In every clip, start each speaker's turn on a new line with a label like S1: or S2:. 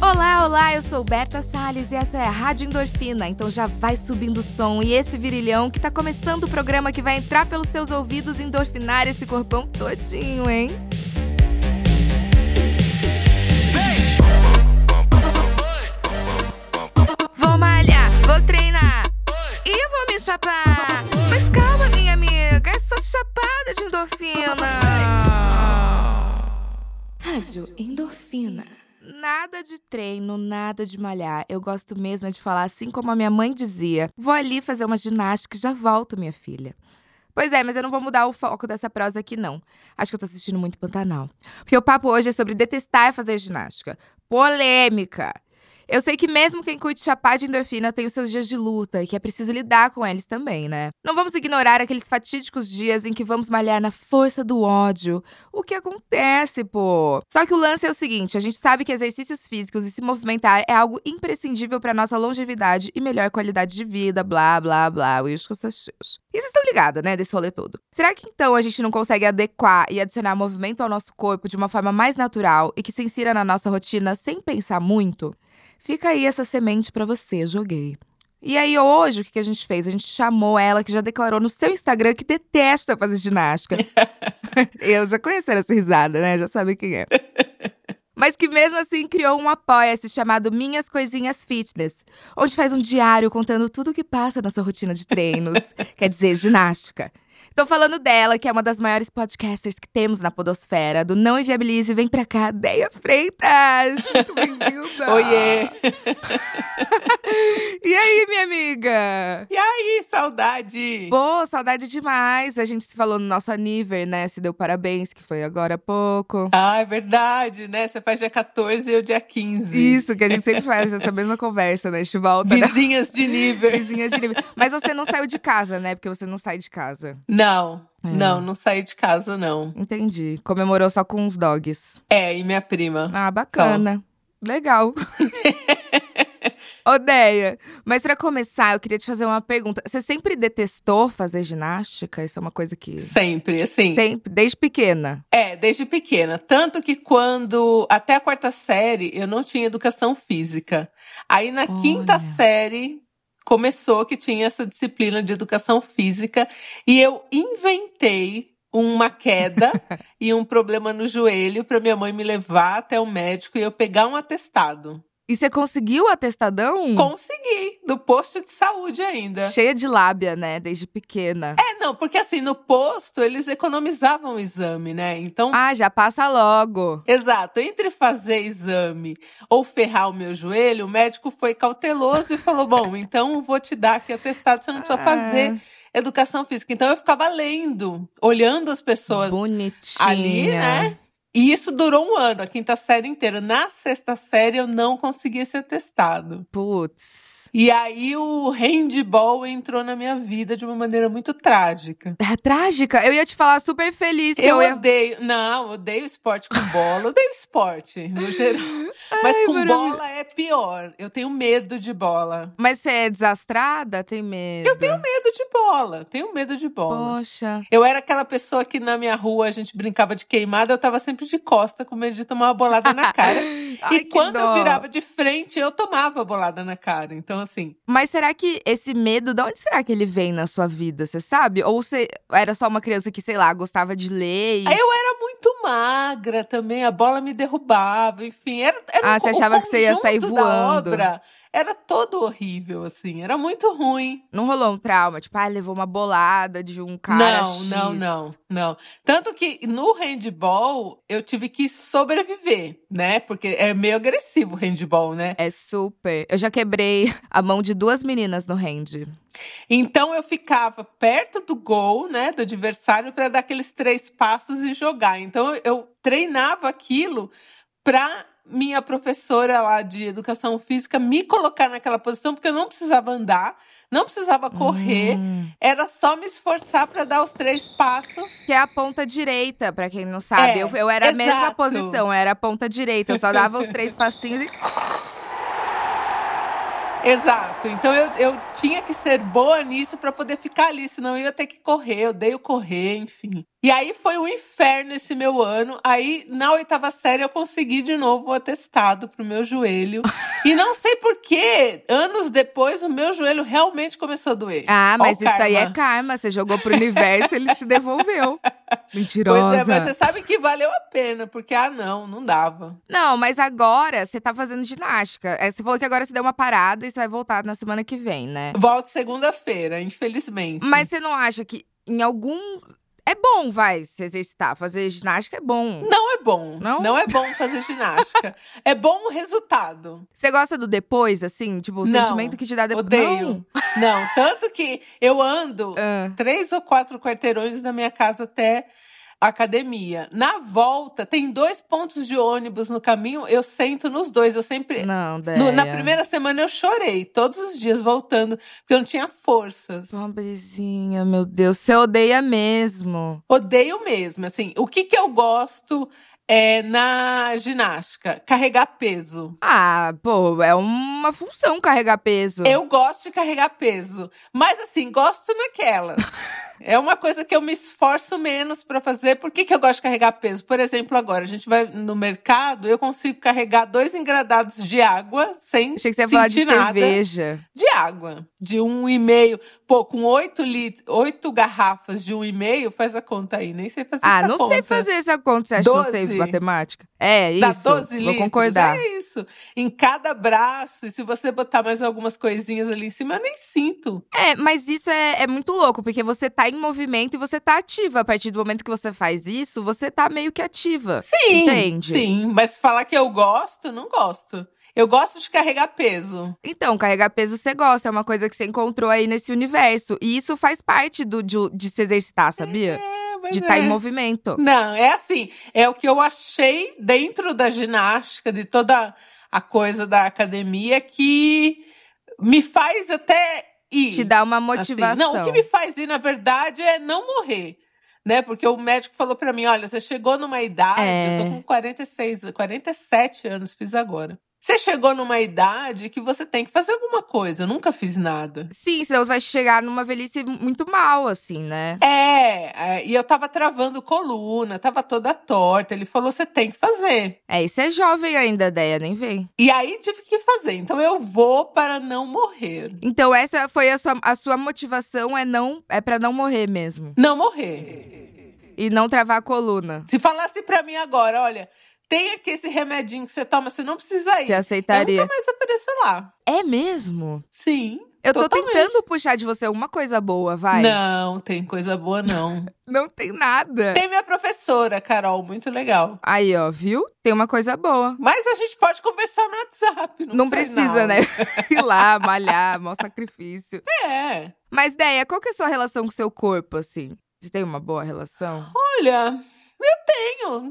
S1: Olá, eu sou Berta Salles e essa é a Rádio Endorfina. Então já vai subindo o som e esse virilhão que tá começando o programa que vai entrar pelos seus ouvidos e endorfinar esse corpão todinho, hein? Vou malhar, vou treinar e vou me chapar. Mas calma, minha amiga, é só chapada de endorfina.
S2: Rádio Endorfina.
S1: Nada de treino, nada de malhar. Eu gosto mesmo é de falar assim como a minha mãe dizia: vou ali fazer uma ginástica e já volto, minha filha. Pois é, mas eu não vou mudar o foco dessa prosa aqui, não. Acho que eu tô assistindo muito Pantanal. Porque o papo hoje é sobre detestar fazer ginástica. Polêmica! Eu sei que mesmo quem curte chapar de endorfina tem os seus dias de luta e que é preciso lidar com eles também, né? Não vamos ignorar aqueles fatídicos dias em que vamos malhar na força do ódio. O que acontece, pô? Só que o lance é o seguinte, a gente sabe que exercícios físicos e se movimentar é algo imprescindível pra nossa longevidade e melhor qualidade de vida, blá, blá, blá, e os coçachos. E vocês estão ligadas, né, desse rolê todo. Será que então a gente não consegue adequar e adicionar movimento ao nosso corpo de uma forma mais natural e que se insira na nossa rotina sem pensar muito? Fica aí essa semente pra você, joguei. E aí, hoje, o que que a gente fez? A gente chamou ela, que já declarou no seu Instagram que detesta fazer ginástica. Eu já conheci essa risada, né? Já sabe quem é. Mas que mesmo assim criou um apoia-se chamado Minhas Coisinhas Fitness, onde faz um diário contando tudo o que passa na sua rotina de treinos, quer dizer, ginástica. Tô falando dela, que é uma das maiores podcasters que temos na podosfera, do Não Inviabilize, vem pra cá, Deia Freitas! Muito bem-vinda!
S2: Oiê!
S1: E aí, minha amiga?
S2: E aí, saudade!
S1: Pô, saudade demais. A gente se falou no nosso aniver, né? Se deu parabéns, que foi agora há pouco.
S2: Ah, é verdade, né? Você faz dia 14 e eu dia 15.
S1: Isso, que a gente sempre faz essa mesma conversa, né? A gente volta né?
S2: Vizinhas de nível.
S1: vizinhas de nível. Mas você não saiu de casa, né? Porque você não sai de casa.
S2: Não,
S1: É.
S2: não, não saí de casa, não.
S1: Entendi. Comemorou só com os dogs.
S2: É, e minha prima.
S1: Ah, bacana. Legal. Odeia. Mas pra começar, eu queria te fazer uma pergunta. Você sempre detestou fazer ginástica? Isso é uma coisa que.
S2: Sempre, assim.
S1: Sempre, desde pequena.
S2: É, desde pequena. Tanto que quando. Até a quarta série, eu não tinha educação física. Aí na quinta
S1: Olha.
S2: série. Começou que tinha essa disciplina de educação física e eu inventei uma queda e um problema no joelho para minha mãe me levar até o médico e eu pegar um atestado.
S1: E você conseguiu o atestadão?
S2: Consegui, do posto de saúde ainda.
S1: Cheia de lábia, né? Desde pequena.
S2: É, não, porque assim, no posto eles economizavam o exame, né? Então
S1: Ah, já passa logo.
S2: Exato, entre fazer exame ou ferrar o meu joelho, o médico foi cauteloso e falou: Bom, então eu vou te dar aqui atestado, você não precisa
S1: Ah.
S2: fazer educação física. Então eu ficava lendo, olhando as pessoas
S1: Bonitinha.
S2: ali, né? E isso durou um ano, a quinta série inteira. Na sexta série eu não consegui esse atestado.
S1: Putz.
S2: E aí o handball entrou na minha vida de uma maneira muito trágica.
S1: É trágica. Eu ia te falar super feliz. que
S2: Eu
S1: ia...
S2: odeio. Não, odeio esporte com bola. Odeio esporte, no geral. Mas com
S1: maravilha.
S2: bola é pior. Eu tenho medo de bola.
S1: Mas você é desastrada? Tem medo?
S2: Eu tenho medo de bola. Tenho medo de bola.
S1: Poxa.
S2: Eu era aquela pessoa que na minha rua a gente brincava de queimada, eu tava sempre de costa, com medo de tomar uma bolada na cara.
S1: Ai,
S2: e
S1: que
S2: quando eu
S1: dó.
S2: virava de frente, eu tomava a bolada na cara. Então, assim,
S1: Mas será que esse medo, de onde será que ele vem na sua vida? Você sabe? Ou você era só uma criança que, sei lá, gostava de ler? E...
S2: Aí eu era muito magra também, a bola me derrubava, enfim. Era, era
S1: Ah, você
S2: um co- o
S1: achava que você ia sair
S2: conjunto da
S1: voando.
S2: obra era todo horrível, assim, era muito ruim.
S1: Não rolou um trauma? Tipo, ah, levou uma bolada de um cara
S2: não,
S1: X.
S2: não, não, não. Tanto que no handball eu tive que sobreviver, né? Porque é meio agressivo o handball, né?
S1: É super. Eu já quebrei a mão de duas meninas no hand.
S2: Então eu ficava perto do gol, né, do adversário para dar aqueles três passos e jogar. Então eu- eu treinava aquilo para minha professora lá de educação física me colocar naquela posição porque eu não precisava andar, não precisava correr,
S1: Hum.
S2: era só me esforçar para dar os três passos.
S1: Que é a ponta direita, pra quem não sabe.
S2: É,
S1: eu, eu era a mesma
S2: exato.
S1: posição, eu era a ponta direita. Eu só dava os três passinhos e.
S2: Exato. Então eu, eu tinha que ser boa nisso para poder ficar ali, senão eu ia ter que correr, eu odeio correr, enfim. E aí foi um inferno esse meu ano. Aí, na oitava série, eu consegui de novo o atestado pro meu joelho. e não sei por que, anos depois, o meu joelho realmente começou a doer.
S1: Ah,
S2: Ó
S1: mas
S2: o
S1: isso aí é
S2: karma.
S1: karma. Você jogou pro universo, ele te devolveu.
S2: Pois
S1: Mentirosa.
S2: é, mas você sabe que valeu a pena, porque, ah, não, não dava.
S1: Não, mas agora você tá fazendo ginástica. É, Você falou que agora você deu uma parada e você vai voltar na semana que vem, né?
S2: Volto segunda-feira, infelizmente.
S1: Mas você não acha que em algum. É bom, vai, se exercitar. Fazer ginástica é bom.
S2: Não é bom.
S1: Não?
S2: não é bom fazer ginástica. é bom o resultado.
S1: Você gosta do depois, assim? Tipo, o
S2: Não,
S1: sentimento que te dá depois.
S2: Odeio. Não, tanto que eu ando
S1: Ah.
S2: três ou quatro quarteirões da minha casa até a academia. Na volta, tem dois pontos de ônibus no caminho, eu sento nos dois. Eu sempre.
S1: Não, Déia.
S2: no- na primeira semana eu chorei, todos os dias voltando, porque eu não tinha forças.
S1: Pobrezinha, meu Deus. Você odeia mesmo.
S2: Odeio mesmo. Assim, o que, que eu gosto é na ginástica? Carregar peso.
S1: Ah, pô, é uma função carregar peso.
S2: Eu gosto de carregar peso, mas assim, gosto naquelas. É uma coisa que eu me esforço menos pra fazer. Por que, que eu gosto de carregar peso? Por exemplo, agora, a gente vai no mercado, eu consigo carregar dois engradados de água sem
S1: Achei que você ia
S2: sentir
S1: falar de
S2: nada.
S1: cerveja.
S2: De água, de um e meio. Pô, com oito, lit... oito garrafas de um e meio, faz a conta aí. Nem sei fazer
S1: Ah,
S2: essa
S1: não
S2: conta.
S1: sei fazer essa conta. Você acha que eu sei
S2: Doze.
S1: matemática? É, isso.
S2: Dá 12
S1: Vou
S2: litros.
S1: concordar.
S2: É isso. Em cada braço, e se você botar mais algumas coisinhas ali em cima, eu nem sinto.
S1: É, mas isso é, é muito louco, porque você tá em movimento e você tá ativa. A partir do momento que você faz isso, você tá meio que ativa.
S2: Sim,
S1: Entende?
S2: sim, mas falar que eu gosto, não gosto. Eu gosto de carregar peso.
S1: Então, carregar peso você gosta, é uma coisa que você encontrou aí nesse universo. E isso faz parte do, de, de se exercitar, sabia?
S2: É, mas
S1: De tá estar
S2: é.
S1: em movimento.
S2: Não, é assim, é o que eu achei dentro da ginástica, de toda a coisa da academia que me faz até ir.
S1: Te dá uma
S2: Assim,
S1: motivação.
S2: Não, o que me faz ir, na verdade, é não morrer. Né? Porque o médico falou pra mim: olha, você chegou numa idade,
S1: É.
S2: eu tô com 46, 47 anos, fiz agora. Você chegou numa idade que você tem que fazer alguma coisa. Eu nunca fiz nada.
S1: Sim, senão você vai chegar numa velhice muito mal, assim, né?
S2: É, é, e eu tava travando coluna, tava toda torta. Ele falou: você tem que fazer.
S1: É, e você é jovem ainda, Deia, nem vem.
S2: E aí tive que fazer. Então eu vou para não morrer.
S1: Então, essa foi a sua, a sua motivação, é não é para não morrer mesmo.
S2: Não morrer.
S1: E não travar a coluna.
S2: Se falasse pra mim agora, olha, tem aqui esse remedinho que você toma, você não precisa ir.
S1: Você aceitaria?
S2: Eu nunca mais apareço lá.
S1: É mesmo?
S2: Sim.
S1: Eu tô
S2: totalmente.
S1: tentando puxar de você uma coisa boa, vai.
S2: Não, tem coisa boa, não.
S1: Não tem nada.
S2: tem minha professora, Carol, muito legal.
S1: Aí, ó, viu? Tem uma coisa boa.
S2: Mas a gente pode conversar no WhatsApp. Não,
S1: Não,
S2: precisa,
S1: precisa,
S2: não.
S1: né? Ir lá, malhar, maior sacrifício.
S2: É.
S1: Mas, Deia, qual que é a sua relação com o seu corpo, assim? Você tem uma boa relação?
S2: Olha, eu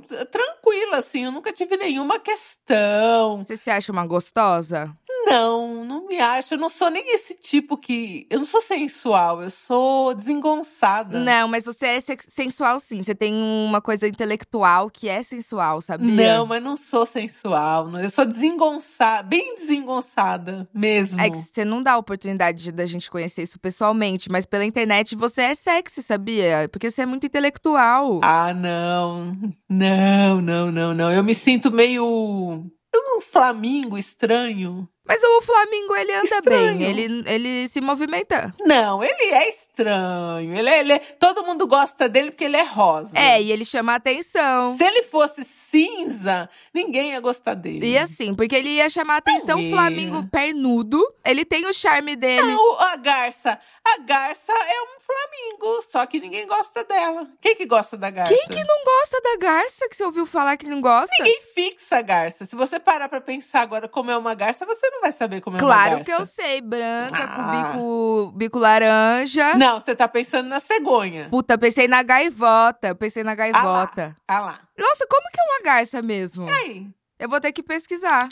S2: tenho. Tranquila, assim. Eu nunca tive nenhuma questão.
S1: Você se acha uma gostosa?
S2: Não, não me acho. Eu não sou nem esse tipo que. Eu não sou sensual, eu sou desengonçada.
S1: Não, mas você é sex- sensual, sim. Você tem uma coisa intelectual que é sensual, sabia?
S2: Não, mas não sou sensual. não. Eu sou desengonçada, bem desengonçada mesmo.
S1: É que você não dá a oportunidade de- da gente conhecer isso pessoalmente, mas pela internet você é sexy, sabia? Porque você é muito intelectual.
S2: Ah, não. Não, não, não, não. Eu me sinto meio. Eu um flamingo estranho.
S1: Mas o Flamengo, ele anda
S2: Estranho.
S1: bem, ele, ele se movimenta.
S2: Não, ele é estranho. Ele é, ele é- Todo mundo gosta dele porque ele é rosa.
S1: É, então. e ele chama a atenção.
S2: Se ele fosse cinza, ninguém ia gostar dele.
S1: E assim, porque ele ia chamar a atenção, o
S2: ia.
S1: Flamengo pernudo. Ele tem o charme dele.
S2: é. Não, a garça. A garça é um flamingo, só que ninguém gosta dela. Quem que gosta da garça?
S1: Quem que não gosta da garça que você ouviu falar que não gosta?
S2: Ninguém fixa a garça. Se você parar pra pensar agora como é uma garça, você não vai saber como é uma
S1: Claro
S2: garça.
S1: que eu sei, branca,
S2: Ah.
S1: com bico, bico laranja.
S2: Não, você tá pensando na cegonha.
S1: Puta, pensei na gaivota, pensei na gaivota.
S2: Ah lá.
S1: Nossa, como que é uma garça mesmo?
S2: Aí.
S1: Eu vou ter que pesquisar.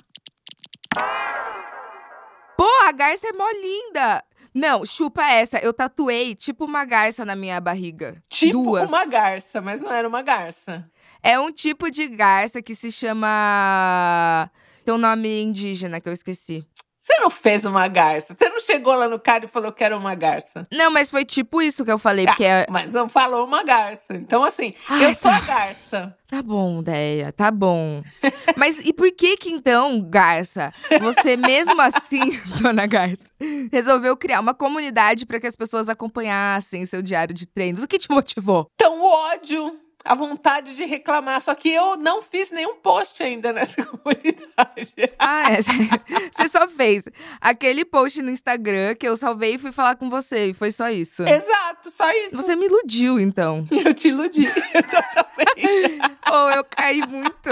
S1: Pô, a garça é mó linda! Não, chupa essa. Eu tatuei tipo uma garça na minha barriga.
S2: Tipo
S1: Duas.
S2: uma garça, mas não era uma garça.
S1: É um tipo de garça que se chama. Tem um nome indígena que eu esqueci.
S2: Você não fez uma garça. Você não chegou lá no cara e falou, quero uma garça.
S1: Não, mas foi tipo isso que eu falei,
S2: Tá,
S1: porque é.
S2: Mas não falou uma garça. Então, assim,
S1: Ai,
S2: eu sou
S1: tá.
S2: a garça.
S1: Tá bom, Deia, tá bom. Mas e por que que então, Garça, você mesmo assim, dona Garça, resolveu criar uma comunidade para que as pessoas acompanhassem seu diário de treinos? O que te motivou?
S2: Então, o ódio, a vontade de reclamar. Só que eu não fiz nenhum post ainda nessa comunidade.
S1: Ah, é, você só fez aquele post no Instagram que eu salvei e fui falar com você, e foi só isso.
S2: Exato, só isso.
S1: Você me iludiu, então.
S2: Eu te iludi.
S1: Oh, eu caí muito.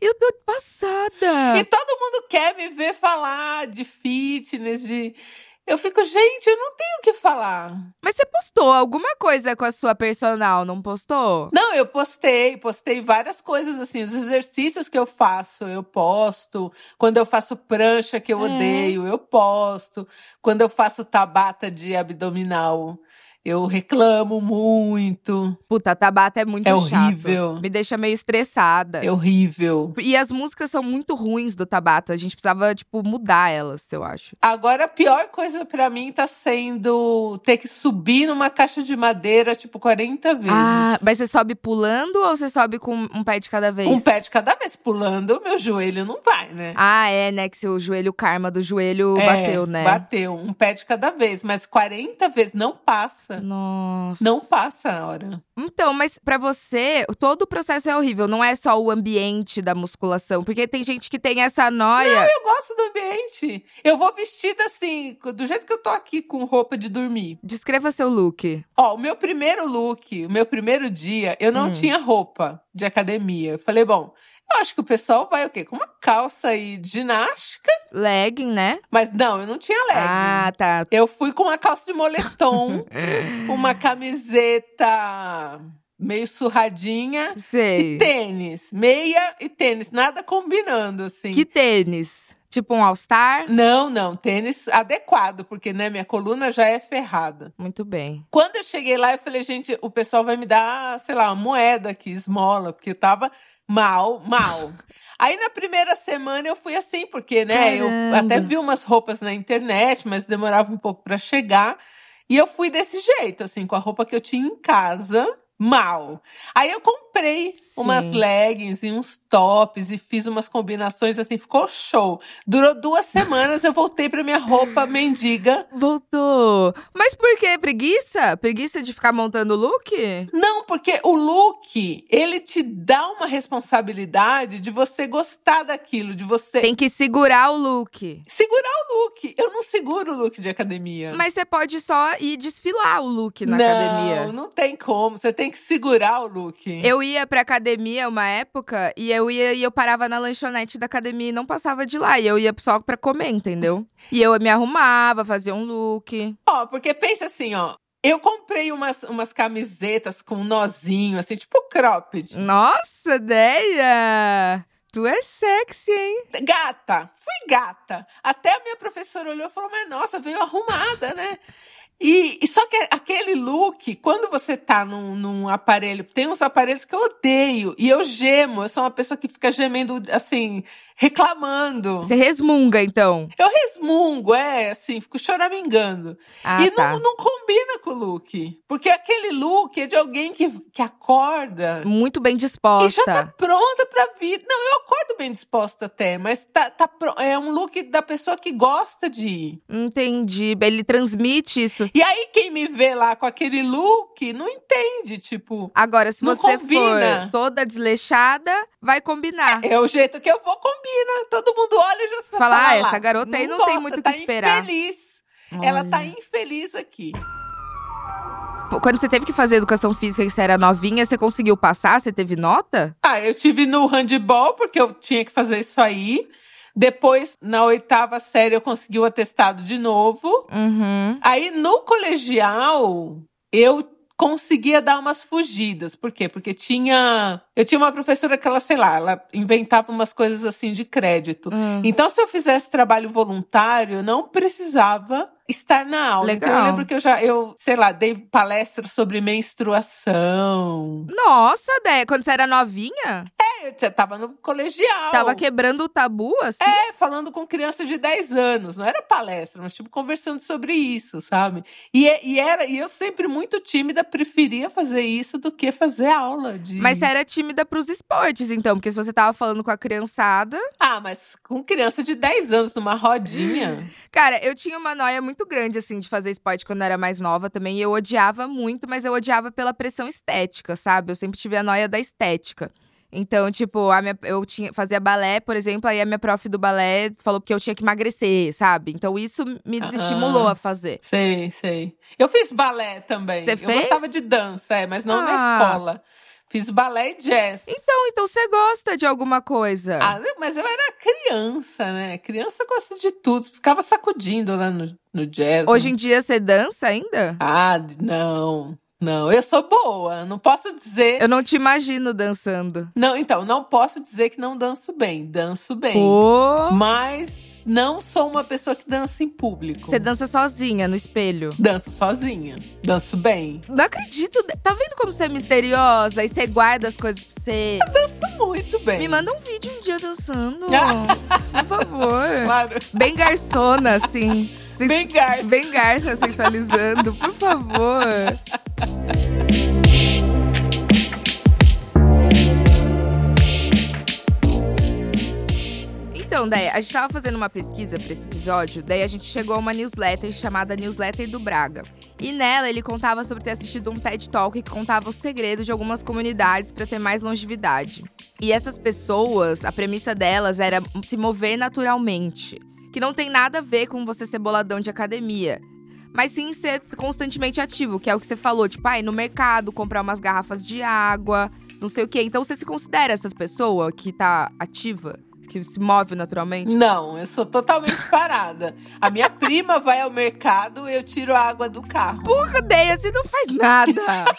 S1: Eu tô passada.
S2: E todo mundo quer me ver falar de fitness, de. Eu fico, gente, eu não tenho o que falar.
S1: Mas você postou alguma coisa com a sua personal, não postou?
S2: Não, eu postei, postei várias coisas assim, os exercícios que eu faço, eu posto. Quando eu faço prancha que eu
S1: É.
S2: odeio, eu posto. Quando eu faço tabata de abdominal, eu reclamo muito.
S1: Puta, Tabata é muito
S2: É
S1: chato.
S2: horrível.
S1: Me deixa meio estressada.
S2: É horrível.
S1: E as músicas são muito ruins do Tabata. A gente precisava, tipo, mudar elas, eu acho.
S2: Agora, a pior coisa pra mim tá sendo ter que subir numa caixa de madeira, tipo, 40 vezes.
S1: Ah, mas você sobe pulando ou você sobe com um pé de cada vez?
S2: Um pé de cada vez pulando, meu joelho não vai, né?
S1: Ah, é, né? Que seu joelho, o karma do joelho
S2: É,
S1: bateu, né?
S2: Bateu, um pé de cada vez, mas 40 vezes não passa.
S1: Nossa.
S2: Não passa a hora.
S1: Então, mas pra você, todo o processo é horrível. Não é só o ambiente da musculação. Porque tem gente que tem essa noia.
S2: Eu gosto do ambiente. Eu vou vestida assim, do jeito que eu tô aqui, com roupa de dormir.
S1: Descreva seu look.
S2: Ó, o meu primeiro look, o meu primeiro dia, eu não
S1: Hum.
S2: tinha roupa de academia. Eu falei, bom, eu acho que o pessoal vai o quê? Com uma calça e ginástica?
S1: Legging, né?
S2: Mas não, eu não tinha legging.
S1: Ah, tá.
S2: Eu fui com uma calça de moletom, uma camiseta meio surradinha
S1: Sei.
S2: e tênis. Meia e tênis, nada combinando, assim.
S1: Que tênis? Tipo um All-Star?
S2: Não, não, tênis adequado, porque né, minha coluna já é ferrada.
S1: Muito bem.
S2: Quando eu cheguei lá, eu falei, gente, o pessoal vai me dar, sei lá, uma moeda aqui, esmola, porque eu tava mal, mal. Aí na primeira semana eu fui assim, porque, né, eu
S1: Caramba.
S2: até vi umas roupas na internet, mas demorava um pouco pra chegar. E eu fui desse jeito, assim, com a roupa que eu tinha em casa, mal. Aí eu comprei umas
S1: Sim.
S2: leggings e uns tops e fiz umas combinações, assim, ficou show. Durou duas semanas, eu voltei pra minha roupa mendiga.
S1: Voltou. Mas por quê? Preguiça? Preguiça de ficar montando look?
S2: Não, porque o look, ele te dá uma responsabilidade de você gostar daquilo, de você
S1: Tem que segurar o look.
S2: segurar o look. Eu não seguro o look de academia.
S1: Mas você pode só ir desfilar o look na
S2: É. não,
S1: academia.
S2: não tem como. Você tem que segurar o look.
S1: Eu ia pra academia uma época e eu ia e eu parava na lanchonete da academia e não passava de lá. E eu ia só pra comer, entendeu? E eu me arrumava, fazia um look.
S2: Ó, porque pensa assim, ó. Eu comprei umas, umas camisetas com um nozinho, assim, tipo cropped.
S1: Nossa, ideia! Tu é sexy, hein?
S2: Gata, fui gata. Até a minha professora olhou e falou: Mas nossa, veio arrumada, né? E, e só que aquele look, quando você tá num, num aparelho, tem uns aparelhos que eu odeio e eu gemo. Eu sou uma pessoa que fica gemendo, assim, reclamando.
S1: Você resmunga, então.
S2: Eu resmungo, é, assim, fico choramingando.
S1: Ah,
S2: e
S1: tá.
S2: não, não combina com o look. Porque aquele look é de alguém que, que acorda
S1: muito bem
S2: e já tá
S1: disposta.
S2: pronta pra vida. Não, eu acordo bem disposta até, mas tá, tá pro- é um look da pessoa que gosta de ir.
S1: Entendi. Ele transmite isso.
S2: E aí, quem me vê lá com aquele look não entende, tipo.
S1: Agora, se
S2: Não
S1: você
S2: combina.
S1: for toda desleixada, vai combinar.
S2: É o jeito que eu vou, combina. Todo mundo olha e já sabe.
S1: Fala,
S2: falar
S1: "Ah, essa garota aí não tem muito o que
S2: tá
S1: esperar."
S2: Infeliz. Ela tá
S1: Olha.
S2: infeliz aqui.
S1: Pô, Quando você teve que fazer educação física e você era novinha, você conseguiu passar? Você teve nota?
S2: Ah, eu tive no handball, porque eu tinha que fazer isso aí. Depois, na oitava série, eu consegui o atestado de novo.
S1: Uhum.
S2: Aí no colegial, eu conseguia dar umas fugidas. Por quê? Porque tinha. Eu tinha uma professora que ela, sei lá, ela inventava umas coisas assim de crédito.
S1: Hum.
S2: Então, se eu fizesse trabalho voluntário, eu não precisava estar na aula.
S1: Legal.
S2: Então eu lembro que eu já, eu, sei lá, dei palestra sobre menstruação.
S1: Nossa, Déia, quando você era novinha,
S2: É, eu tava no colegial.
S1: tava quebrando o tabu, assim?
S2: É, falando com criança de 10 anos. Não era palestra, mas tipo conversando sobre isso, sabe? E, é- e era, e eu sempre muito tímida, preferia fazer isso do que fazer aula de.
S1: Mas você era tímida pros esportes, então, porque se você tava falando com a criançada.
S2: Ah, mas com criança de 10 anos numa rodinha.
S1: Cara, eu tinha uma noia muito grande, assim, de fazer esporte quando eu era mais nova também. E eu odiava muito, mas eu odiava pela pressão estética, sabe? Eu sempre tive a noia da estética. Então, tipo, a minha, eu tinha, fazia balé, por exemplo, aí a minha prof do balé falou que eu tinha que emagrecer, sabe? Então isso me desestimulou
S2: Ah.
S1: a fazer.
S2: sei, sei. Eu fiz balé também.
S1: Você
S2: eu
S1: fez?
S2: gostava de dança, é, mas não
S1: Ah.
S2: na escola. Fiz balé e jazz.
S1: Então, então você gosta de alguma coisa.
S2: Ah, mas eu era criança, né? Criança gosta de tudo. Ficava sacudindo lá no, no jazz.
S1: Hoje
S2: né?
S1: em dia você dança ainda?
S2: Ah, não, não. Eu sou boa. Não posso dizer.
S1: Eu não te imagino dançando.
S2: Não, então, não posso dizer que não danço bem. Danço bem.
S1: Pô,
S2: Mas não sou uma pessoa que dança em público.
S1: você dança sozinha no espelho.
S2: Danço sozinha. Danço bem.
S1: Não acredito. Tá vendo como você é misteriosa e você guarda as coisas pra você?
S2: Muito bem.
S1: Me manda um vídeo um dia dançando. Por favor.
S2: Claro.
S1: Bem garçona, assim. Sens-
S2: Bem garça.
S1: Bem garça, sensualizando. Por favor. Então, Déia, a gente tava fazendo uma pesquisa pra esse episódio, daí a gente chegou a uma newsletter chamada Newsletter do Braga. E nela ele contava sobre ter assistido um TED Talk que contava o segredo de algumas comunidades para ter mais longevidade. E essas pessoas, a premissa delas era se mover naturalmente, que não tem nada a ver com você ser boladão de academia. Mas sim ser constantemente ativo, que é o que você falou, tipo, ah, ir no mercado, comprar umas garrafas de água, não sei o quê. Então você se considera essas pessoas que tá ativa, que se move naturalmente?
S2: Não, eu sou totalmente parada. A minha prima vai ao mercado, eu tiro a água do carro.
S1: Porra, Deia, você não faz nada!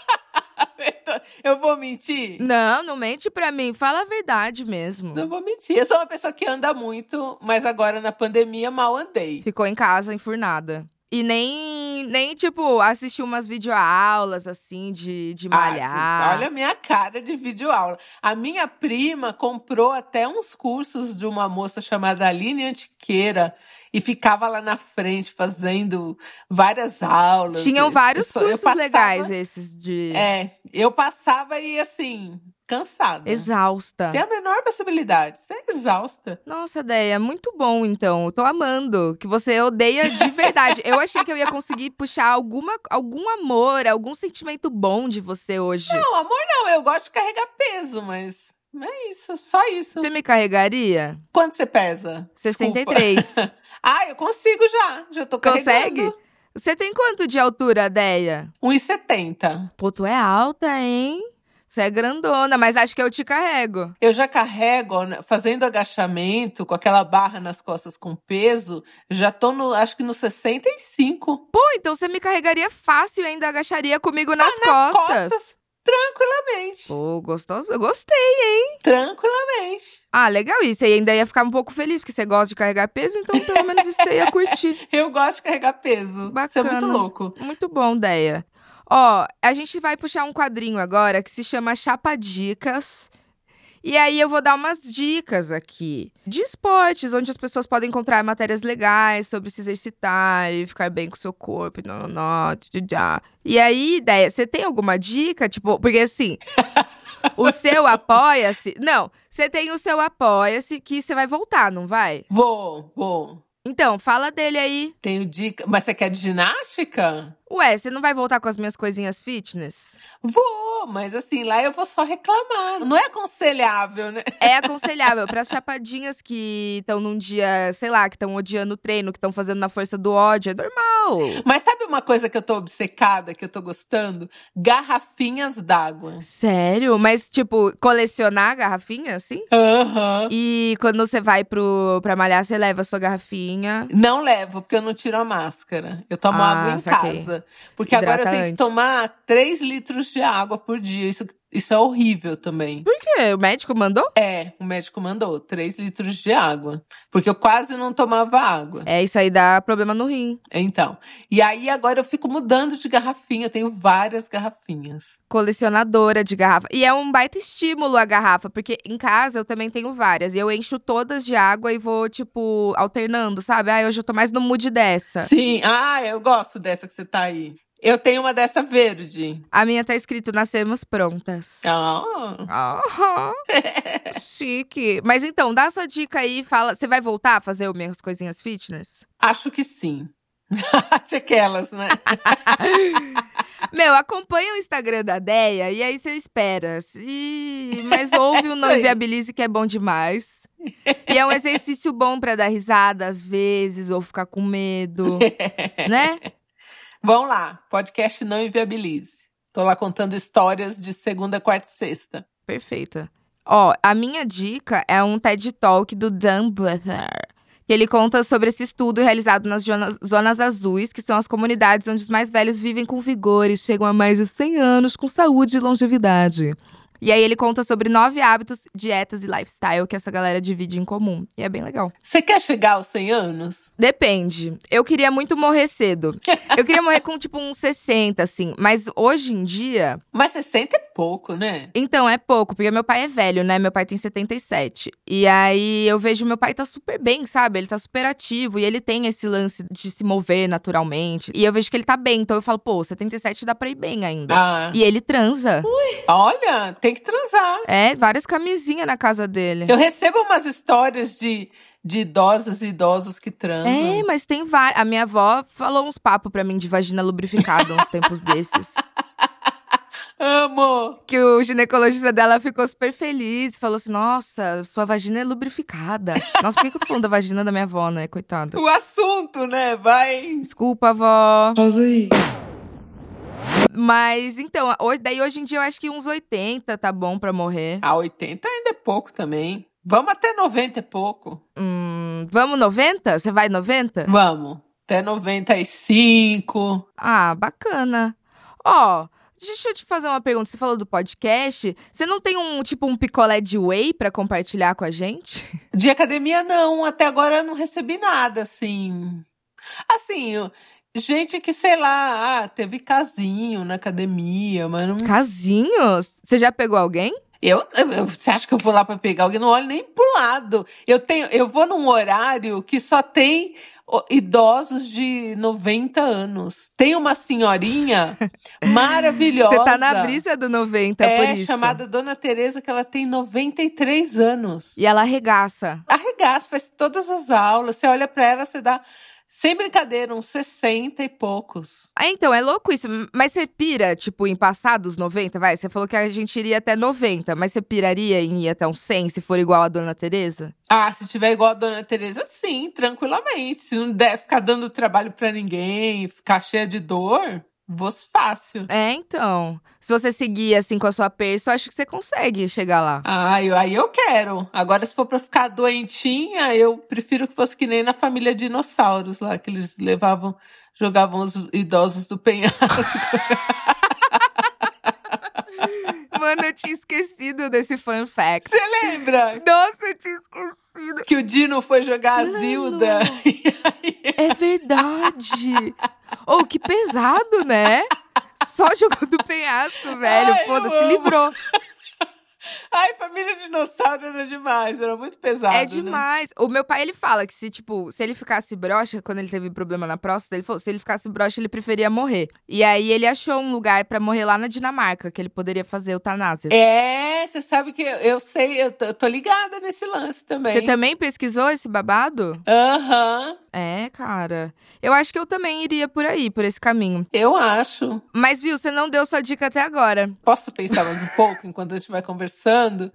S2: Eu vou mentir?
S1: não, não mente pra mim, fala a verdade mesmo.
S2: Não vou mentir. Eu sou uma pessoa que anda muito, mas agora na pandemia mal andei.
S1: Ficou em casa, enfurnada. E nem, nem tipo, assistiu umas videoaulas, assim, de, de malhar.
S2: Ah, olha a minha cara de videoaula. A minha prima comprou até uns cursos de uma moça chamada Aline Antiqueira e ficava lá na frente fazendo várias aulas.
S1: Tinham
S2: Eu-
S1: vários
S2: eu só- eu
S1: cursos
S2: passava-
S1: legais esses de
S2: É, eu passava e assim, cansada.
S1: exausta.
S2: Sem a menor possibilidade. Você é exausta.
S1: Nossa, Deia, muito bom então. Eu Tô amando que você odeia de verdade. eu achei que eu ia conseguir puxar alguma, algum amor, algum sentimento bom de você hoje.
S2: Não, amor, não. Eu gosto de carregar peso, mas. Não é isso, só isso.
S1: Você me carregaria?
S2: Quanto você pesa?
S1: 63.
S2: Desculpa. ah, eu consigo já. Já tô
S1: Consegue?
S2: carregando.
S1: Você tem quanto de altura, Deia?
S2: 1,70.
S1: Pô, tu é alta, hein? Você é grandona, mas acho que eu te carrego.
S2: Eu já carrego, né, fazendo agachamento, com aquela barra nas costas com peso, já tô no, acho que no 65.
S1: Pô, então você me carregaria fácil e ainda agacharia comigo nas,
S2: Nas
S1: costas.
S2: costas, tranquilamente.
S1: Pô, gostoso. Eu gostei.
S2: Tranquilamente.
S1: Ah, legal. E você ainda ia ficar um pouco feliz, porque você gosta de carregar peso, então pelo menos isso você ia curtir.
S2: Eu gosto de carregar peso. Isso é muito
S1: Bacana.
S2: louco.
S1: Muito bom, Deia. Ó, a gente vai puxar um quadrinho agora que se chama Chapa Dicas. E aí eu vou dar umas dicas aqui de esportes, onde as pessoas podem encontrar matérias legais sobre se exercitar e ficar bem com o seu corpo. Não, não, não, tchutchá. E aí, ideia, você tem alguma dica? Tipo, porque assim, o seu apoia-se. Não, você tem o seu apoia-se que você vai voltar, não vai?
S2: Vou, vou.
S1: Então, fala dele aí.
S2: Tenho dica. Mas você quer de ginástica?
S1: Ué, você não vai voltar com as minhas coisinhas fitness?
S2: Vou, mas assim, lá eu vou só reclamar. Não é aconselhável, né?
S1: É aconselhável para as chapadinhas que estão num dia, sei lá, que estão odiando o treino, que estão fazendo na força do ódio, é normal.
S2: Mas sabe uma coisa que eu tô obcecada, que eu tô gostando? Garrafinhas d'água.
S1: Sério? Mas, tipo, colecionar garrafinha, assim?
S2: Aham.
S1: E quando você vai pro, pra malhar, você leva a sua garrafinha.
S2: Não levo, porque eu não tiro a máscara. Eu tomo
S1: Ah,
S2: água em
S1: saquei.
S2: casa. Porque
S1: Hidrata
S2: agora eu tenho
S1: antes.
S2: que tomar 3 litros de água por dia. Isso Isso é horrível também.
S1: Por quê? O médico mandou?
S2: É, o médico mandou 3 litros de água. Porque eu quase não tomava água.
S1: É, isso aí dá problema no rim.
S2: Então. E aí agora eu fico mudando de garrafinha. Eu tenho várias garrafinhas.
S1: Colecionadora de garrafa. E é um baita estímulo a garrafa, porque em casa eu também tenho várias. E eu encho todas de água e vou, tipo, alternando, sabe? Ah, hoje eu tô mais no mood dessa.
S2: Sim, ah, eu gosto dessa que você tá aí. Eu tenho uma dessa verde.
S1: A minha tá escrito Nascemos Prontas.
S2: Ah,
S1: Aham. Chique. Mas então, dá a sua dica aí, fala. Você vai voltar a fazer o minhas coisinhas fitness?
S2: acho que sim. Acho aquelas, né?
S1: Meu, acompanha o Instagram da Deia e aí você espera. Ih, mas ouve o Não
S2: Isso aí.
S1: Inviabilize que é bom demais. E é um exercício bom pra dar risada às vezes, ou ficar com medo, né?
S2: Vamos lá. Podcast Não Inviabilize. Tô lá contando histórias de segunda, quarta e sexta.
S1: Perfeita. Ó, a minha dica é um TED Talk do Dan Butler. Que ele conta sobre esse estudo realizado nas jonas- zonas azuis, que são as comunidades onde os mais velhos vivem com vigor e chegam a mais de 100 anos com saúde e longevidade. E aí ele conta sobre nove hábitos, dietas e lifestyle que essa galera divide em comum. E é bem legal.
S2: Você quer chegar aos 100 anos?
S1: Depende. Eu queria muito morrer cedo. Eu queria morrer com tipo uns 60, assim. Mas hoje em dia,
S2: Mas 60 é pouco, né?
S1: Então, é pouco, porque meu pai é velho, né? Meu pai tem 77. E aí eu vejo meu pai tá super bem, sabe? Ele tá super ativo e ele tem esse lance de se mover naturalmente. E eu vejo que ele tá bem, então eu falo, pô, 77 dá pra ir bem ainda.
S2: Ah,
S1: E ele transa.
S2: olha, tem que transar.
S1: É, várias camisinhas na casa dele.
S2: Eu recebo umas histórias de, de idosas e idosos que transam.
S1: É, mas tem várias. A minha avó falou uns papos pra mim de vagina lubrificada uns tempos desses.
S2: Amo!
S1: que o ginecologista dela ficou super feliz. Falou assim: nossa, sua vagina é lubrificada. Nossa, por que, que eu tô falando da vagina da minha avó, né? Coitada.
S2: O assunto, né? Vai.
S1: Desculpa, avó.
S3: Pausa aí.
S1: Mas então, hoje- daí hoje em dia eu acho que uns 80 tá bom pra morrer.
S2: A 80 ainda é pouco também. Vamos até 90 é pouco.
S1: Hum, vamos 90? Você vai 90?
S2: Vamos. Até 95.
S1: Ah, bacana. Ó, deixa eu te fazer uma pergunta. Você falou do podcast. Você não tem um tipo um picolé de whey pra compartilhar com a gente?
S2: De academia, não. Até agora eu não recebi nada, assim. Assim, eu- gente que, sei lá, ah, teve casinho na academia, mas não.
S1: Casinhos? Você já pegou alguém?
S2: Eu, eu- eu- você acha que eu vou lá pra pegar alguém? Não olho nem pro lado. Eu tenho, eu vou num horário que só tem ó, idosos de 90 anos. Tem uma senhorinha maravilhosa.
S1: Você tá na brisa do 90 por
S2: é
S1: isso.
S2: chamada Dona Teresa que ela tem 93 anos.
S1: E ela arregaça.
S2: Arregaça, faz todas as aulas. Você olha pra ela, você dá sem brincadeira uns 60 e poucos.
S1: Ah, então, é louco isso. M- Mas você pira, tipo, em passar dos 90, vai? Você falou que a gente iria até 90, mas você piraria em ir até uns 100 se for igual a Dona Teresa?
S2: Ah, se tiver igual a Dona Teresa, sim, tranquilamente. Se não der ficar dando trabalho pra ninguém, ficar cheia de dor, vou fácil.
S1: É, então. Se você seguir, assim, com a sua perça, eu acho que você consegue chegar lá.
S2: Ah, eu, aí eu quero. Agora, se for pra ficar doentinha, eu prefiro que fosse que nem na família dinossauros lá, que eles levavam, jogavam os idosos do penhasco.
S1: Mano, eu tinha esquecido desse fun fact.
S2: Você lembra?
S1: Nossa, eu tinha esquecido.
S2: Que o Dino foi jogar a Zilda. E aí
S1: É verdade. Ô, que pesado, né? Só jogou do penhasco, velho.
S2: Ai, eu
S1: Foda-se,
S2: amo.
S1: livrou.
S2: Ai, família dinossauro era demais, era muito pesado.
S1: É
S2: né?
S1: demais. O meu pai, ele fala que se, tipo, se ele ficasse broxa, quando ele teve problema na próstata, ele falou, se ele ficasse broxa, ele preferia morrer. E aí, ele achou um lugar pra morrer lá na Dinamarca, que ele poderia fazer eutanásia.
S2: É, você sabe que eu, eu sei, eu tô, eu tô ligada nesse lance também.
S1: Você tá- também pesquisou esse babado?
S2: Aham,
S1: É, cara. Eu acho que eu também iria por aí, por esse caminho.
S2: eu acho.
S1: Mas, viu, você não deu sua dica até agora.
S2: Posso pensar mais um pouco enquanto a gente vai conversando?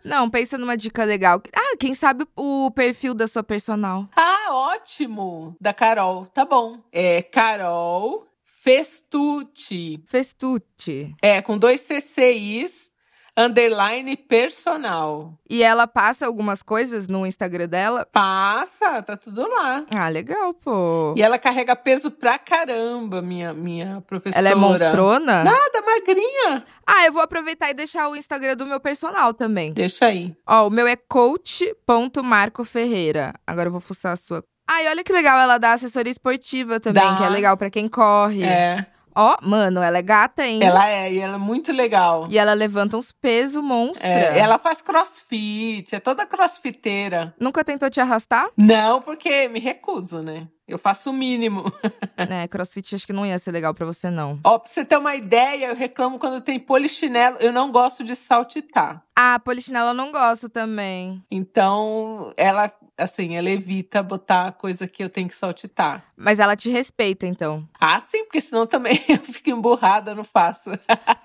S1: Não, pensa numa dica legal. Ah, quem sabe o perfil da sua personal.
S2: Ah, ótimo! Da Carol, tá bom. É Carol Festucci.
S1: Festucci.
S2: É, com dois CCIs. underline personal.
S1: E ela passa algumas coisas no Instagram dela?
S2: Passa, tá tudo lá.
S1: Ah, legal, pô.
S2: E ela carrega peso pra caramba, minha, minha professora.
S1: Ela é monstrona?
S2: Nada, magrinha.
S1: Ah, eu vou aproveitar e deixar o Instagram do meu personal também.
S2: Deixa aí.
S1: Ó, o meu é coach.marcoferreira. Agora eu vou fuçar a sua. Ai, olha que legal, ela dá assessoria esportiva também,
S2: Dá.
S1: que é legal pra quem corre.
S2: É.
S1: Ó, mano, ela é gata, hein?
S2: Ela é, e ela é muito legal.
S1: E ela levanta uns pesos monstros.
S2: É, ela faz crossfit, é toda crossfiteira.
S1: Nunca tentou te arrastar?
S2: Não, porque me recuso, né? Eu faço o mínimo.
S1: é, crossfit acho que não ia ser legal pra você, não.
S2: Ó, pra você ter uma ideia, eu reclamo quando tem polichinelo. Eu não gosto de saltitar.
S1: Ah, polichinela eu não gosto também.
S2: Então, ela, assim, ela evita botar a coisa que eu tenho que saltitar.
S1: Mas ela te respeita, então.
S2: Ah, sim, porque senão também eu fico emburrada, não faço.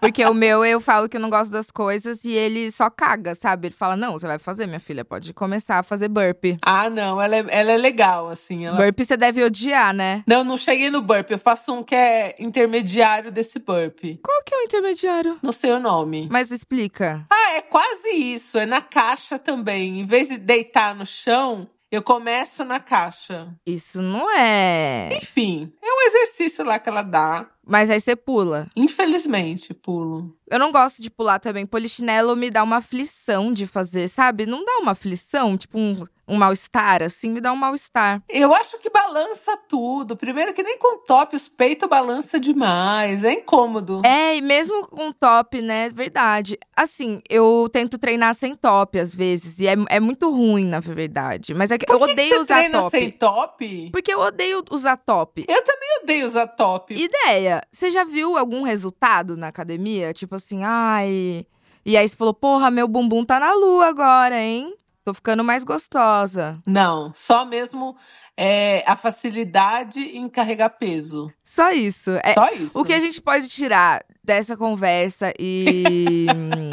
S1: Porque o meu, eu falo que eu não gosto das coisas e ele só caga, sabe? Ele fala: não, você vai fazer, minha filha, pode começar a fazer burpee.
S2: Ah, não, ela é, ela é legal, assim. Ela...
S1: Burpee você deve odiar, né?
S2: Não, não cheguei no burp. Eu faço um que é intermediário desse burp.
S1: Qual que é o intermediário?
S2: Não sei o nome.
S1: Mas explica.
S2: Ah, é quase isso. É na caixa também. Em vez de deitar no chão, eu começo na caixa.
S1: Isso não é.
S2: Enfim, é um exercício lá que ela dá.
S1: Mas aí você pula.
S2: Infelizmente, pulo.
S1: Eu não gosto de pular também. Polichinelo me dá uma aflição de fazer, sabe? Não dá uma aflição, tipo um, um mal-estar, assim, me dá um mal-estar.
S2: Eu acho que balança tudo. Primeiro que nem com top os peitos balança demais. É incômodo.
S1: É, e mesmo com top, né? Verdade. Assim, eu tento treinar sem top às vezes. E é, é muito ruim, na verdade. Mas é que eu
S2: Por que
S1: odeio
S2: que você
S1: usar
S2: treina
S1: top.
S2: sem top?
S1: Porque eu odeio usar top.
S2: Eu também odeio usar top.
S1: Ideia, você já viu algum resultado na academia? Tipo assim, ai. E aí você falou, porra, meu bumbum tá na lua agora, hein? Tô ficando mais gostosa.
S2: Não, só mesmo é, a facilidade em carregar peso.
S1: Só isso. É,
S2: só isso.
S1: O que a gente pode tirar dessa conversa e. hum,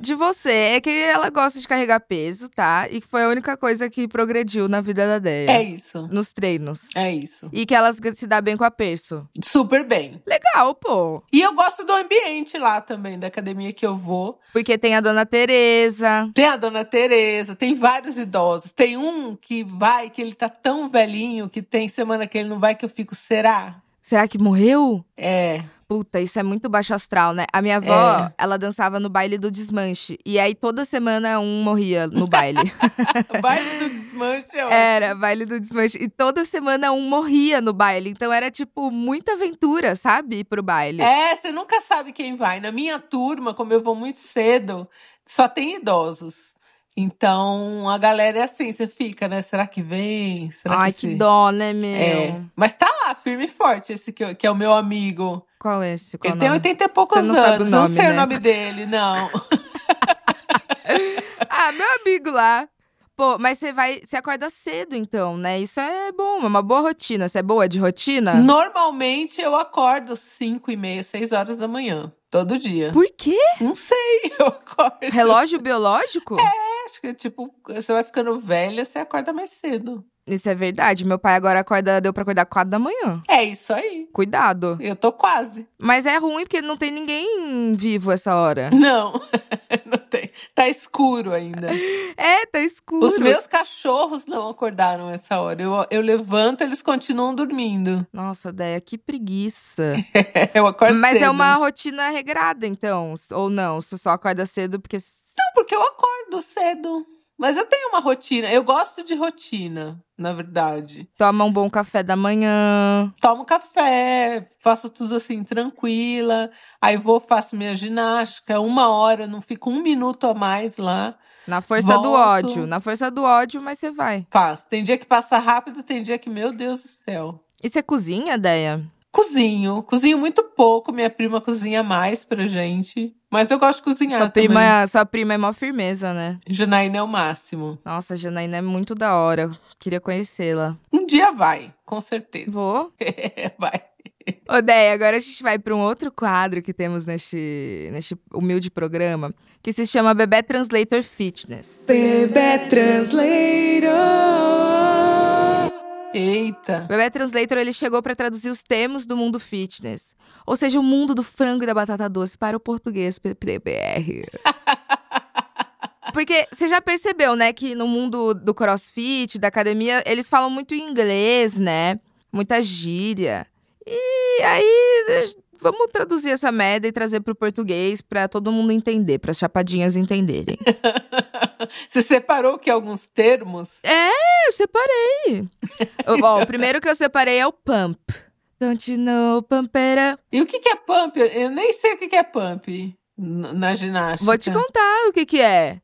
S1: de você é que ela gosta de carregar peso, tá? E que foi a única coisa que progrediu na vida da Deia.
S2: É isso.
S1: Nos treinos.
S2: É isso.
S1: E que ela se dá bem com aperço.
S2: Super bem.
S1: Legal, pô.
S2: E eu gosto do ambiente lá também, da academia que eu vou.
S1: Porque tem a dona Tereza.
S2: Tem a dona Tereza, tem vários idosos. Tem um que vai, que ele tá tão velhinho, que tem semana que ele não vai, que eu fico, será?
S1: Será que morreu?
S2: É.
S1: Puta, isso é muito baixo astral, né? A minha avó, ela dançava no baile do desmanche. E aí toda semana um morria no baile.
S2: O baile do desmanche é, ótimo.
S1: era, baile do desmanche. E toda semana um morria no baile. Então era, tipo, muita aventura, sabe? Ir pro baile.
S2: É, você nunca sabe quem vai. Na minha turma, como eu vou muito cedo, só tem idosos. Então a galera é assim, você fica, né? Será que vem? Será
S1: Ai, que
S2: se...
S1: dó, né, meu?
S2: É. Mas tá lá, firme e forte, esse que, eu- que é o meu amigo.
S1: Qual é esse? Qual
S2: Ele
S1: o
S2: tem
S1: nome?
S2: 80 e poucos
S1: Você não sabe o
S2: anos. não
S1: nome,
S2: sei
S1: né?
S2: o nome dele, não.
S1: Ah, meu amigo lá. Pô, mas você vai. Você acorda cedo, então, né? Isso é bom, é uma boa rotina. Você é boa de rotina?
S2: Normalmente eu acordo 5 e meia, 6 horas da manhã. Todo dia.
S1: Por quê?
S2: Não sei, eu acordo.
S1: Relógio biológico?
S2: Acho que, tipo, você vai ficando velha, você acorda mais cedo.
S1: Isso é verdade. Meu pai agora acorda, deu pra acordar 4 da manhã.
S2: É isso aí.
S1: Cuidado.
S2: Eu tô quase.
S1: Mas é ruim porque não tem ninguém vivo essa hora.
S2: Não, não tem. Tá escuro ainda.
S1: É, tá escuro.
S2: Os meus cachorros não acordaram essa hora. Eu, eu levanto, eles continuam dormindo.
S1: Nossa, Deia, que preguiça.
S2: Eu acordo
S1: Mas
S2: cedo.
S1: é uma rotina regrada, então. s- Ou não, você só acorda cedo porque. s-
S2: Não, É porque eu acordo cedo. Mas eu tenho uma rotina. Eu gosto de rotina, na verdade.
S1: Toma um bom café da manhã.
S2: Tomo café, faço tudo assim, tranquila. Aí vou, faço minha ginástica. Uma hora, não fico um minuto a mais lá.
S1: Na força do
S2: Volto.
S1: ódio. Na força do ódio, mas você vai.
S2: Faço. Tem dia que passa rápido, tem dia que, meu Deus do céu.
S1: E você cozinha, Deia?
S2: Cozinho. Cozinho muito pouco. Minha prima cozinha mais pra gente. Mas eu gosto de cozinhar
S1: Sua
S2: também.
S1: prima, sua prima é mó firmeza, né?
S2: Janaína é o máximo.
S1: Nossa, a Janaína é muito da hora. Queria conhecê-la.
S2: Um dia vai, com certeza.
S1: Vou?
S2: vai.
S1: Ô, Deia, agora a gente vai para um outro quadro que temos neste, neste humilde programa, que se chama Bebê Translator Fitness.
S3: Bebê Translator.
S2: Eita.
S1: Bebé Translator ele chegou para traduzir os termos do mundo fitness, ou seja, o mundo do frango e da batata doce para o português PBR. Porque você já percebeu, né, que no mundo do crossfit, da academia, eles falam muito inglês, né? Muita gíria. E aí, vamos traduzir essa merda e trazer pro português para todo mundo entender, para as chapadinhas entenderem.
S2: Você separou que alguns termos?
S1: É, eu separei. Ó, o primeiro que eu separei é o pump. Don't you know, pampera?
S2: E o que que é pump? Eu nem sei o que que é pump na ginástica.
S1: Vou te contar o que que é.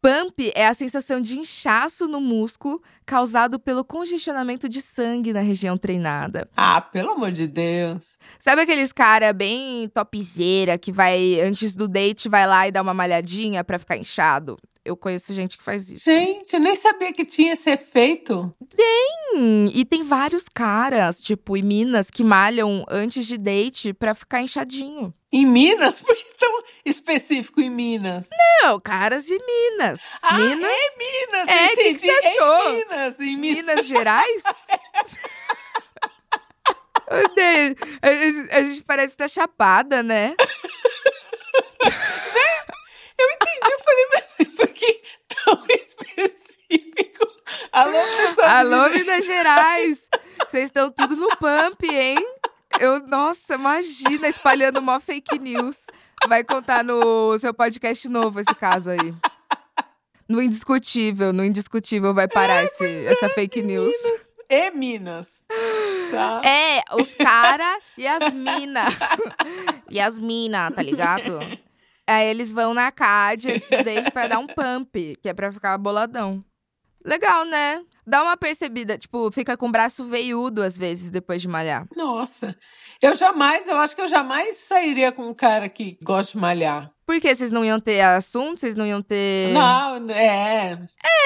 S1: Pump é a sensação de inchaço no músculo causado pelo congestionamento de sangue na região treinada.
S2: Ah, pelo amor de Deus.
S1: Sabe aqueles cara bem topzeira que vai antes do date vai lá e dá uma malhadinha para ficar inchado? Eu conheço gente que faz isso.
S2: Gente, eu nem sabia que tinha esse efeito.
S1: Tem! Hum, E tem vários caras, tipo, em Minas, que malham antes de date pra ficar inchadinho.
S2: Em Minas? Por que tão específico em Minas?
S1: Não, caras em Minas.
S2: Ah,
S1: Minas?
S2: é Minas!
S1: É, que que
S2: entendi.
S1: você achou?
S2: Em Minas, em Minas.
S1: Minas Gerais? Odeio. A gente- A gente parece estar chapada, né?
S2: Eu entendi, eu falei, mas por que tão específico? Alô, pessoal. de
S1: Alô,
S2: Minas-
S1: Minas Gerais! Vocês estão tudo no pump, hein? Eu, nossa, imagina espalhando mó fake news. Vai contar no seu podcast novo esse caso aí. No Indiscutível, no Indiscutível vai parar esse, essa fake news.
S2: É Minas. Tá.
S1: É, os cara e as mina. E as mina, tá ligado? Aí eles vão na CAD antes do date pra dar um pump, que é pra ficar boladão. Legal, né? Dá uma percebida, tipo, fica com o braço veiudo às vezes depois de malhar.
S2: Nossa. Eu jamais, eu acho que eu jamais sairia com um cara que gosta de malhar.
S1: Por quê? Vocês não iam ter assunto? Vocês não iam ter.
S2: Não, é.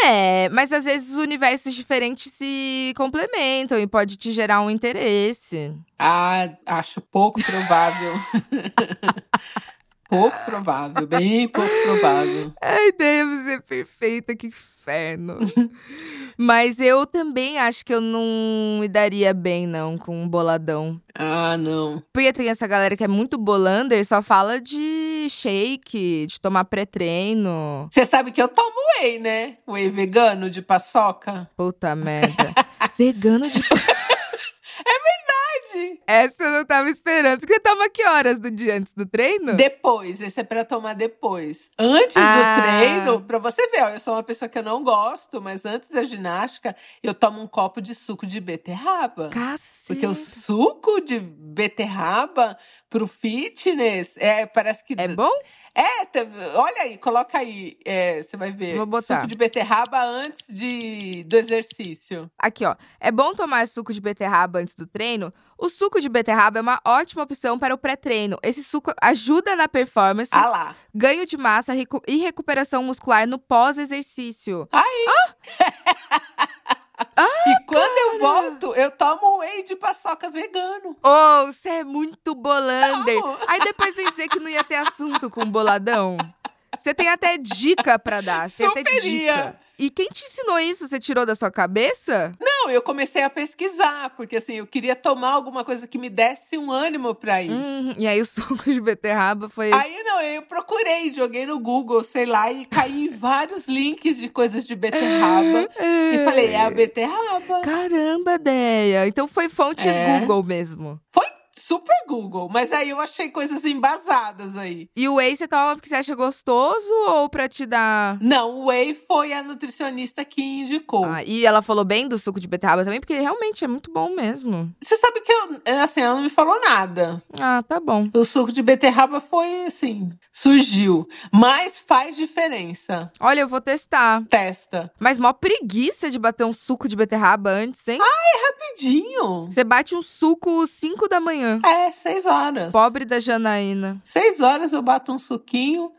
S1: É, mas às vezes os universos diferentes se complementam e pode te gerar um interesse.
S2: Ah, acho pouco provável. pouco provável, bem pouco provável.
S1: Ai, Deus, é perfeita, que inferno. Mas eu também acho que eu não me daria bem, não, com um boladão.
S2: Ah, não.
S1: Porque tem essa galera que é muito bolander e só fala de shake, de tomar pré-treino.
S2: Você sabe que eu tomo whey, né? Whey vegano de paçoca.
S1: Puta merda. Vegano de.
S2: Pode.
S1: Essa eu não tava esperando. Você toma que horas do dia antes do treino?
S2: Depois, esse é pra tomar depois. Antes
S1: Ah.
S2: do treino, pra você ver, ó, eu sou uma pessoa que eu não gosto, mas antes da ginástica, eu tomo um copo de suco de beterraba.
S1: Cacete.
S2: Porque o suco de beterraba pro fitness é, parece que
S1: É bom?
S2: É, te- olha aí, coloca aí. é, você vai ver.
S1: Vou botar.
S2: Suco de beterraba antes de, do exercício.
S1: Aqui, ó. É bom tomar suco de beterraba antes do treino? O suco de beterraba é uma ótima opção para o pré-treino. Esse suco ajuda na performance,
S2: Ah lá.
S1: ganho de massa recu- e recuperação muscular no pós-exercício. Ah,
S2: e quando eu volto, eu tomo um whey de paçoca vegano.
S1: Ô, você é muito bolander!
S2: Não.
S1: Aí depois vem dizer que não ia ter assunto com o boladão. Você tem até dica pra dar. Você tem até
S2: Superia.
S1: dica. E quem te ensinou isso? Você tirou da sua cabeça?
S2: Não, eu comecei a pesquisar, porque assim, eu queria tomar alguma coisa que me desse um ânimo pra ir.
S1: Hum, e aí o suco de beterraba foi.
S2: Aí não, eu procurei, joguei no Google, sei lá, e caí em vários links de coisas de beterraba. e falei, é a beterraba.
S1: Caramba, Deia! Então foi fontes
S2: É.
S1: Google mesmo.
S2: Foi super Google, mas aí eu achei coisas embasadas aí.
S1: E o whey você toma porque você acha gostoso ou pra te dar.
S2: Não, o Whey foi a nutricionista que indicou.
S1: Ah, e ela falou bem do suco de beterraba também, porque realmente é muito bom mesmo.
S2: Você sabe que eu, é, assim, ela não me falou nada.
S1: Ah, tá bom.
S2: O suco de beterraba foi assim, surgiu, mas faz diferença.
S1: Olha, eu vou testar.
S2: Testa.
S1: Mas mó preguiça de bater um suco de beterraba antes, hein?
S2: Rapidinho.
S1: Você bate um suco 5 da manhã.
S2: É, seis horas.
S1: Pobre da Janaína.
S2: Seis horas eu bato um suquinho,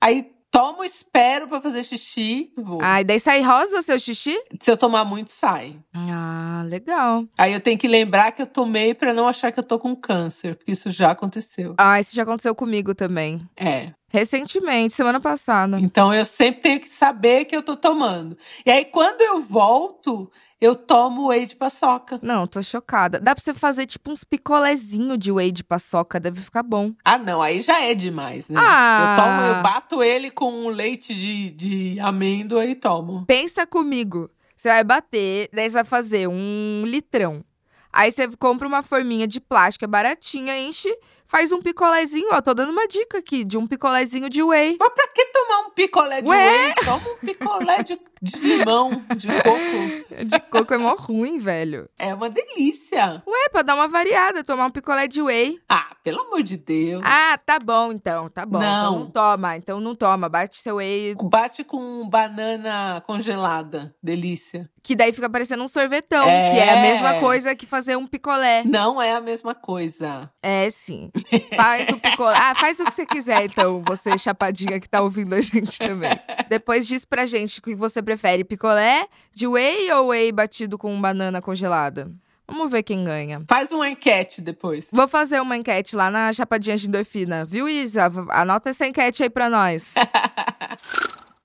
S2: aí tomo, espero pra fazer xixi, vou.
S1: Ai, Ah, daí sai rosa o seu xixi?
S2: Se eu tomar muito, sai.
S1: Ah, legal.
S2: Aí eu tenho que lembrar que eu tomei pra não achar que eu tô com câncer, porque isso já aconteceu.
S1: Ah, isso já aconteceu comigo também.
S2: É.
S1: Recentemente, semana passada.
S2: Então eu sempre tenho que saber que eu tô tomando. E aí quando eu volto, eu tomo whey de paçoca.
S1: Não, tô chocada. Dá pra você fazer tipo uns picolezinho de whey de paçoca, deve ficar bom.
S2: Ah, não, aí já é demais, né?
S1: Ah!
S2: Eu tomo, eu bato ele com um leite de, de amêndoa e tomo.
S1: Pensa comigo. Você vai bater, daí você vai fazer um litrão. Aí você compra uma forminha de plástico, é baratinha, enche, faz um picolézinho, ó. Tô dando uma dica aqui de um picolézinho de whey.
S2: Mas pra que tomar um picolé de
S1: Ué?
S2: whey? Toma um picolé de, de limão, de coco.
S1: De coco é mó ruim, velho.
S2: É uma delícia.
S1: É, pra dar uma variada, tomar um picolé de whey.
S2: Ah, pelo amor de Deus.
S1: Ah, tá bom então, tá bom. Então
S2: Não.
S1: não toma, então não toma. Bate seu whey,
S2: Bate com banana congelada. Delícia.
S1: que daí fica parecendo um sorvetão,
S2: É.
S1: que é a mesma coisa que fazer um picolé.
S2: Não é a mesma coisa.
S1: É, sim. Faz o picolé. Ah, faz o que você quiser, então, você chapadinha que tá ouvindo a gente também. Depois diz pra gente o que você prefere: picolé de whey ou whey batido com banana congelada? Vamos ver quem ganha.
S2: Faz uma enquete depois.
S1: Vou fazer uma enquete lá na Chapadinha de Endorfina, viu, Isa? V- Anota essa enquete aí pra nós.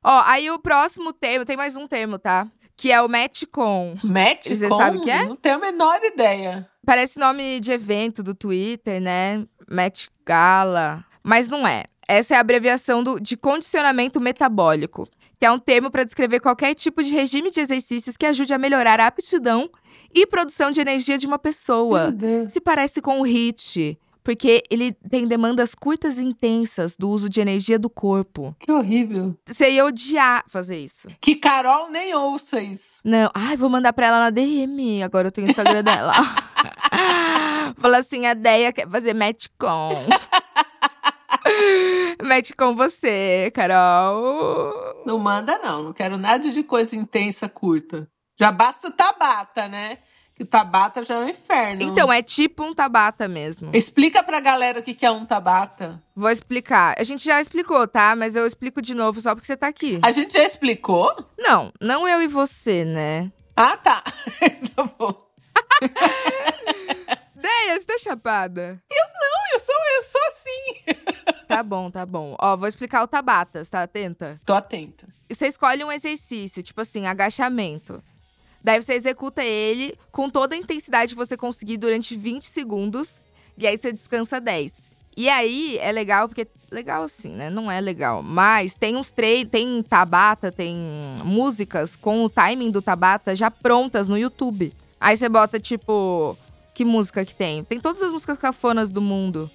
S1: Ó, aí o próximo termo, tem mais um termo, tá? Que é o match com.
S2: Mete
S1: Você
S2: com?
S1: sabe o que é?
S2: Não tenho a menor ideia.
S1: Parece nome de evento do Twitter, né? Met Gala. Mas não é. Essa é a abreviação do- de condicionamento metabólico, que é um termo para descrever qualquer tipo de regime de exercícios que ajude a melhorar a aptidão e produção de energia de uma
S2: Hum.
S1: pessoa. Se parece com o HIIT, porque ele tem demandas curtas e intensas do uso de energia do corpo.
S2: Que horrível.
S1: Você ia odiar fazer isso.
S2: Que Carol nem ouça isso.
S1: Não, ai, vou mandar pra ela na DM. Agora eu tenho o Instagram dela. Fala assim, a Deia quer fazer match com. match com você, Carol.
S2: Não manda, não. Não quero nada de coisa intensa, curta. Já basta o Tabata, né? Que o Tabata já é um inferno.
S1: Então, é tipo um Tabata mesmo.
S2: Explica pra galera o que que é um Tabata.
S1: Vou explicar. A gente já explicou, tá? Mas eu explico de novo só porque você tá aqui.
S2: A gente já explicou?
S1: Não, não eu e você, né?
S2: Ah, tá. tá bom.
S1: Deia, você tá chapada?
S2: Eu sou, eu sou assim.
S1: Tá bom, tá bom. Ó, vou explicar o Tabata, você tá atenta?
S2: Tô atenta.
S1: você escolhe um exercício, tipo assim, agachamento. Daí você executa ele com toda a intensidade que você conseguir durante 20 segundos. E aí você descansa 10. E aí é legal, porque. Legal assim, né? Não é legal. Mas tem uns três. Tem Tabata, tem músicas com o timing do Tabata já prontas no YouTube. Aí você bota, tipo. Que música que tem? Tem todas as músicas cafonas do mundo.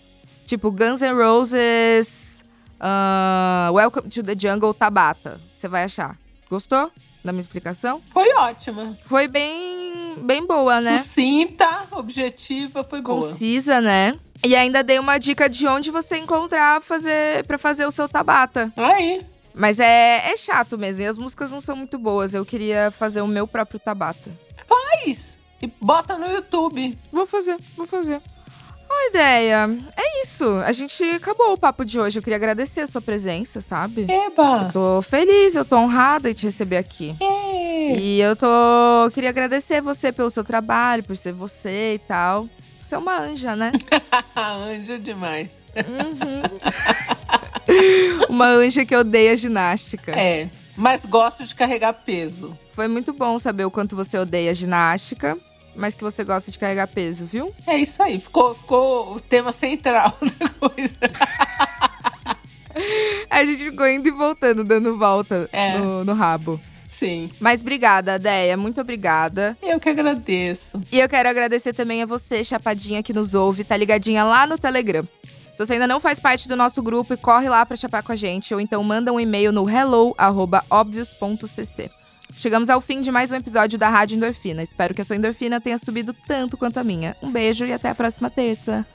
S1: Tipo Guns N' Roses, ah, Welcome to the Jungle, Tabata. Você vai achar. Gostou da minha explicação?
S2: Foi ótima.
S1: Foi bem, bem boa, né?
S2: Sucinta, objetiva, foi boa.
S1: Concisa, né? E ainda dei uma dica de onde você encontrar fazer para fazer o seu Tabata.
S2: Aí.
S1: Mas é, é chato mesmo, e as músicas não são muito boas. Eu queria fazer o meu próprio Tabata.
S2: Faz. é E bota no YouTube.
S1: Vou fazer, vou fazer. Uma ideia. É isso. A gente acabou o papo de hoje. Eu queria agradecer a sua presença, sabe?
S2: Eba.
S1: Tô feliz, eu tô honrada em te receber aqui.
S2: É.
S1: E eu tô. Queria agradecer você pelo seu trabalho, por ser você e tal. Você é uma anja, né?
S2: Anjo demais.
S1: Uhum. uma anja que odeia ginástica.
S2: É. Mas gosto de carregar peso.
S1: Foi muito bom saber o quanto você odeia ginástica, mas que você gosta de carregar peso, viu?
S2: É isso aí. Ficou, ficou o tema central da coisa.
S1: A gente ficou indo e voltando, dando volta
S2: É.
S1: no, no rabo.
S2: Sim.
S1: Mas obrigada, Deia. Muito obrigada.
S2: Eu que agradeço.
S1: E eu quero agradecer também a você, Chapadinha, que nos ouve, tá ligadinha lá no Telegram. Se você ainda não faz parte do nosso grupo, corre lá pra chapar com a gente, ou então manda um e-mail no hello.obvious.cc. Chegamos ao fim de mais um episódio da Rádio Endorfina. Espero que a sua endorfina tenha subido tanto quanto a minha. Um beijo e até a próxima terça.